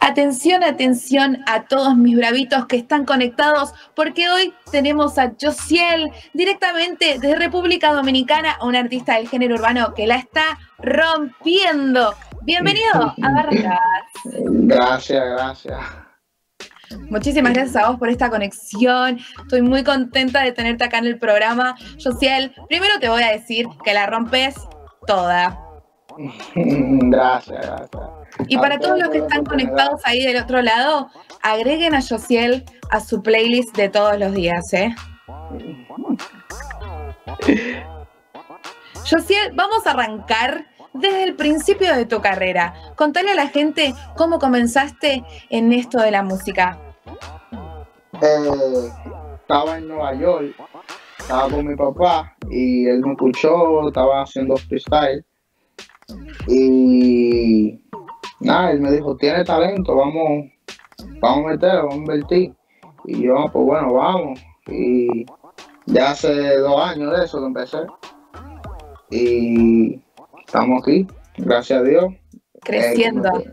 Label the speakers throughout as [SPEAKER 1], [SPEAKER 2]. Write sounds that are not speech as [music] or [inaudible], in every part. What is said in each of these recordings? [SPEAKER 1] Atención, atención a todos mis bravitos que están conectados, porque hoy tenemos a Josiel directamente desde República Dominicana, a un artista del género urbano que la está rompiendo. Bienvenido a Barracas.
[SPEAKER 2] Gracias, gracias.
[SPEAKER 1] Muchísimas gracias a vos por esta conexión. Estoy muy contenta de tenerte acá en el programa. Josiel, primero te voy a decir que la rompes toda.
[SPEAKER 2] Gracias, gracias.
[SPEAKER 1] Y
[SPEAKER 2] A
[SPEAKER 1] para todos
[SPEAKER 2] todos
[SPEAKER 1] los que
[SPEAKER 2] los
[SPEAKER 1] están
[SPEAKER 2] que
[SPEAKER 1] conectados ahí del otro lado, agreguen a Josiel a su playlist de todos los días, ¿eh? Josiel, vamos a arrancar desde el principio de tu carrera. Contale a la gente cómo comenzaste en esto de la música.
[SPEAKER 2] Eh, estaba en Nueva York, estaba con mi papá y él me escuchó, estaba haciendo freestyle. Y nada, él me dijo, tiene talento, vamos, vamos a meterlo, vamos a invertir. Y yo, pues bueno, vamos. Y ya hace dos años de eso que empecé. Y estamos aquí, gracias a Dios. Eh,
[SPEAKER 1] Creciendo.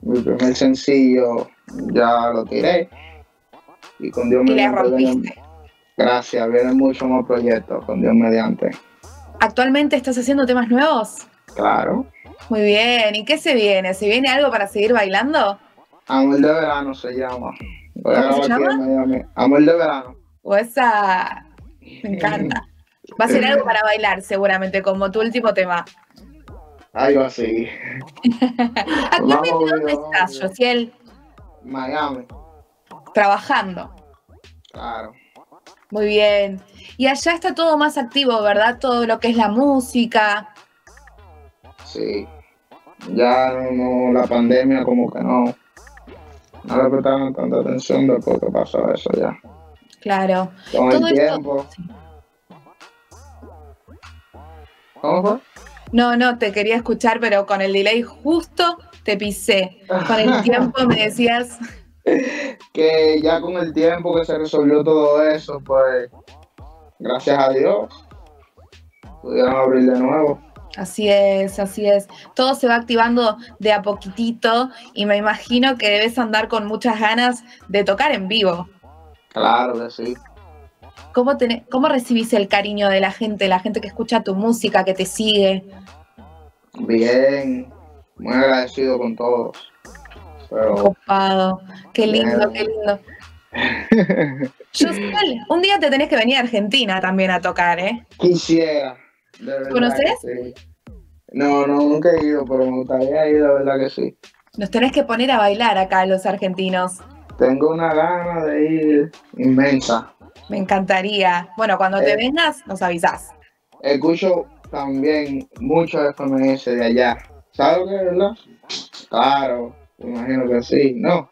[SPEAKER 2] Mi primer sencillo ya lo tiré. Y con Dios
[SPEAKER 1] Y la
[SPEAKER 2] mediante. vienen-
[SPEAKER 1] rompiste.
[SPEAKER 2] gracias, vienen muchos más proyectos con Dios mediante.
[SPEAKER 1] ¿Actualmente estás haciendo temas nuevos?
[SPEAKER 2] Claro.
[SPEAKER 1] Muy bien. ¿Y qué se viene? ¿Se viene algo para seguir bailando?
[SPEAKER 2] Amor de verano se llama. Voy a
[SPEAKER 1] ¿Cómo se
[SPEAKER 2] grabar aquí en Miami. Amor de verano.
[SPEAKER 1] ¿O esa...? Me encanta. Va a ser algo para bailar seguramente, como tu último tema.
[SPEAKER 2] Algo así.
[SPEAKER 1] Actualmente,
[SPEAKER 2] Vamos,
[SPEAKER 1] ¿dónde
[SPEAKER 2] vamos,
[SPEAKER 1] estás,
[SPEAKER 2] vamos.
[SPEAKER 1] Josiel?
[SPEAKER 2] Miami.
[SPEAKER 1] Trabajando.
[SPEAKER 2] Claro.
[SPEAKER 1] Muy bien. Y allá está todo más activo, ¿verdad? Todo lo que es la música.
[SPEAKER 2] Sí. Ya no, no, la pandemia como que no. No le prestaron tanta atención después que pasó eso ya.
[SPEAKER 1] Claro.
[SPEAKER 2] Con
[SPEAKER 1] Todo
[SPEAKER 2] el
[SPEAKER 1] esto-
[SPEAKER 2] tiempo. ¿Cómo fue?
[SPEAKER 1] No, no, te quería escuchar, pero con el delay justo te pisé. Con
[SPEAKER 2] [laughs]
[SPEAKER 1] el tiempo me decías,
[SPEAKER 2] que ya con el tiempo que se resolvió todo eso, pues gracias a Dios pudieron abrir de nuevo.
[SPEAKER 1] así es, así es. Todo se va activando de a poquitito y me imagino que debes andar con muchas ganas de tocar en vivo.
[SPEAKER 2] Claro que sí.
[SPEAKER 1] ¿Cómo, tenés- ¿Cómo recibís el cariño de la gente, la gente que escucha tu música, que te sigue?
[SPEAKER 2] Bien, muy agradecido con todos. Pero
[SPEAKER 1] Copado. Qué lindo,
[SPEAKER 2] Claro.
[SPEAKER 1] qué lindo. Yosel, un día te tenés que venir a Argentina también a tocar, ¿eh?
[SPEAKER 2] quisiera. de verdad
[SPEAKER 1] ¿Conoces?
[SPEAKER 2] que sí. No, no, nunca he ido, pero me gustaría ir, de verdad que sí.
[SPEAKER 1] Nos tenés que poner a bailar acá los argentinos.
[SPEAKER 2] Tengo una gana de ir inmensa.
[SPEAKER 1] Me encantaría. Bueno, cuando te
[SPEAKER 2] Eh.
[SPEAKER 1] vengas, nos avisás.
[SPEAKER 2] Escucho también mucho de FMS de allá. ¿Sabes lo que es, verdad? Claro, me imagino que sí, ¿no?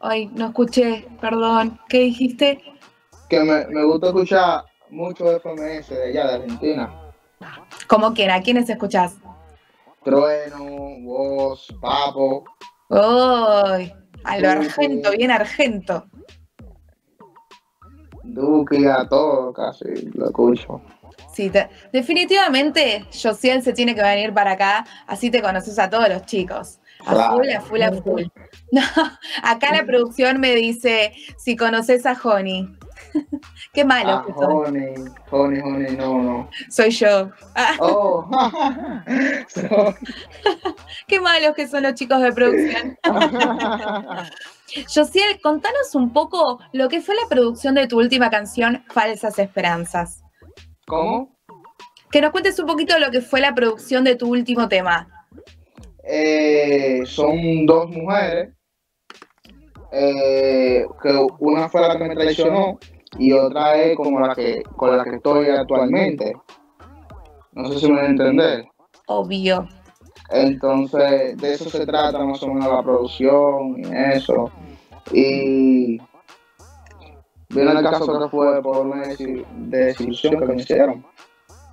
[SPEAKER 1] Ay, no escuché, perdón. ¿Qué dijiste?
[SPEAKER 2] Que me, me gusta escuchar mucho de FMS de allá, de Argentina.
[SPEAKER 1] ¿Cómo quién? ¿A quiénes escuchás?
[SPEAKER 2] Trueno, Voz, Papo.
[SPEAKER 1] ¡Ay! A lo argento, bien argento.
[SPEAKER 2] Duque, a todo casi lo escucho.
[SPEAKER 1] Sí, te- definitivamente Josiel se tiene que venir para acá, así te conoces a todos los chicos. A
[SPEAKER 2] Claro.
[SPEAKER 1] full, a full, a full. [laughs] No, acá la producción me dice si conoces a Joni. [laughs] Qué malo
[SPEAKER 2] Ah,
[SPEAKER 1] que son.
[SPEAKER 2] Honey, Honey, Honey, no, no.
[SPEAKER 1] Soy yo. Ah, [laughs]
[SPEAKER 2] Oh, [laughs] so-
[SPEAKER 1] qué malos que son los chicos de producción. Josiel, contanos un poco lo que fue la producción de tu última canción, Falsas Esperanzas.
[SPEAKER 2] ¿Cómo?
[SPEAKER 1] Que nos cuentes un poquito lo que fue la producción de tu último tema.
[SPEAKER 2] Eh, son dos mujeres. eh, que una fue la que me traicionó y otra es como la que con la que estoy actualmente. No sé si me van a entender.
[SPEAKER 1] Obvio.
[SPEAKER 2] Entonces, de eso se trata más o menos la producción y eso. Y vieron el caso que fue por una desi- desilusión que me hicieron.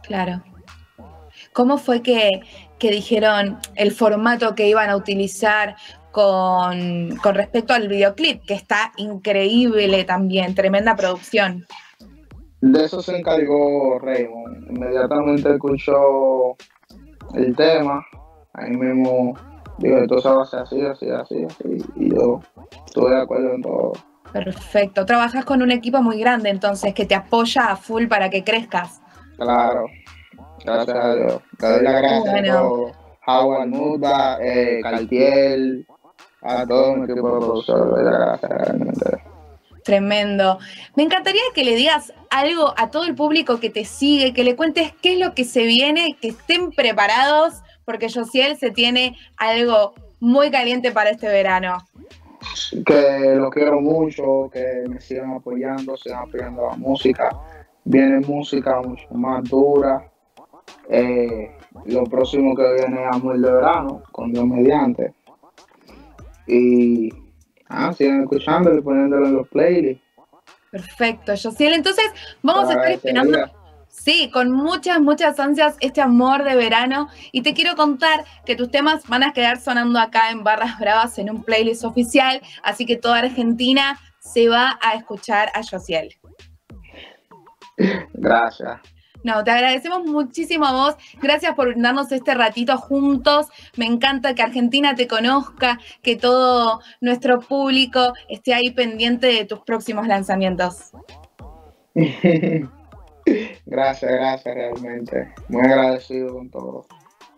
[SPEAKER 1] Claro. ¿Cómo fue que, que dijeron el formato que iban a utilizar con, con respecto al videoclip, que está increíble también, tremenda producción?
[SPEAKER 2] De eso se encargó Raymond. Inmediatamente escuchó el tema. ahí mismo digo, entonces va a ser así, así, así, así, y yo estoy de acuerdo en todo.
[SPEAKER 1] Perfecto. Trabajas con un equipo muy grande, entonces, que te apoya a full para que crezcas.
[SPEAKER 2] Claro, gracias a Dios. Te doy las gracias
[SPEAKER 1] Bueno.
[SPEAKER 2] a todos. Howard Nuda, eh, Cartier, a todo mi equipo de producción, le doy las gracias realmente.
[SPEAKER 1] Tremendo. Me encantaría que le digas algo a todo el público que te sigue, que le cuentes qué es lo que se viene, que estén preparados, porque Josiel se tiene algo muy caliente para este verano.
[SPEAKER 2] que los quiero mucho, que me sigan apoyando, sigan apoyando la música. Viene música mucho más dura. Eh, lo próximo que viene es Amor de Verano, con Dios mediante. Y ah, sigan escuchándolo y poniéndolo en los playlists.
[SPEAKER 1] Perfecto, Josiel. Entonces, vamos a
[SPEAKER 2] Para
[SPEAKER 1] estar
[SPEAKER 2] ese
[SPEAKER 1] esperando
[SPEAKER 2] día.
[SPEAKER 1] Sí, con muchas, muchas ansias este amor de verano. Y te quiero contar que tus temas van a quedar sonando acá en Barras Bravas en un playlist oficial. Así que toda Argentina se va a escuchar a Josiel.
[SPEAKER 2] Gracias. [laughs]
[SPEAKER 1] No, te agradecemos muchísimo a vos. Gracias por brindarnos este ratito juntos. Me encanta que Argentina te conozca, que todo nuestro público esté ahí pendiente de tus próximos lanzamientos.
[SPEAKER 2] gracias, gracias realmente. Muy agradecido con todo.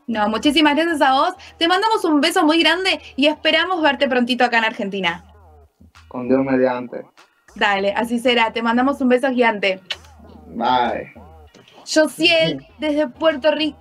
[SPEAKER 1] No, muchísimas gracias a vos. Te mandamos un beso muy grande y esperamos verte prontito acá en Argentina.
[SPEAKER 2] Con Dios mediante.
[SPEAKER 1] Dale, así será. Te mandamos un beso gigante.
[SPEAKER 2] Bye.
[SPEAKER 1] Josiel, desde Puerto Rico,